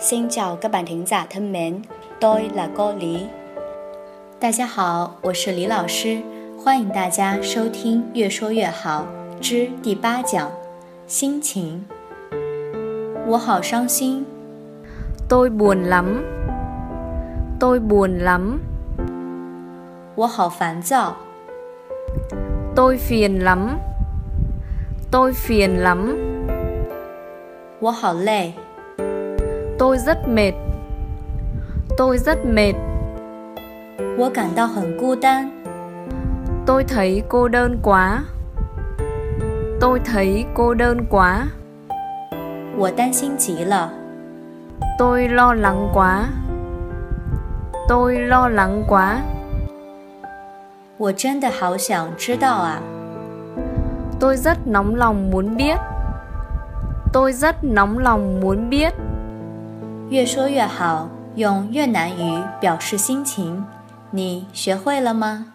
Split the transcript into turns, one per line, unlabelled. Xin chào các bạn thính giả thân mến, tôi là cô Lý. 大家好，我是李老师，欢迎大家收听《越说越好》之第八讲：心情。我好伤心，
Tôi buồn lắm. Tôi buồn lắm.
我好烦躁，
Tôi phiền lắm. Tôi phiền lắm.
我好累，
Tôi rất mệt. Tôi rất mệt.
我感到很孤单，
Tôi thấy cô đơn quá. Tôi thấy cô đơn quá.
我担心极了，
Tôi lo lắng quá. Tôi lo lắng quá.
我真的好想知道啊！
Tôi rất nóng lòng muốn biết. Tôi rất nóng lòng muốn biết.
越说越好，用越南语表示心情，你学会了吗？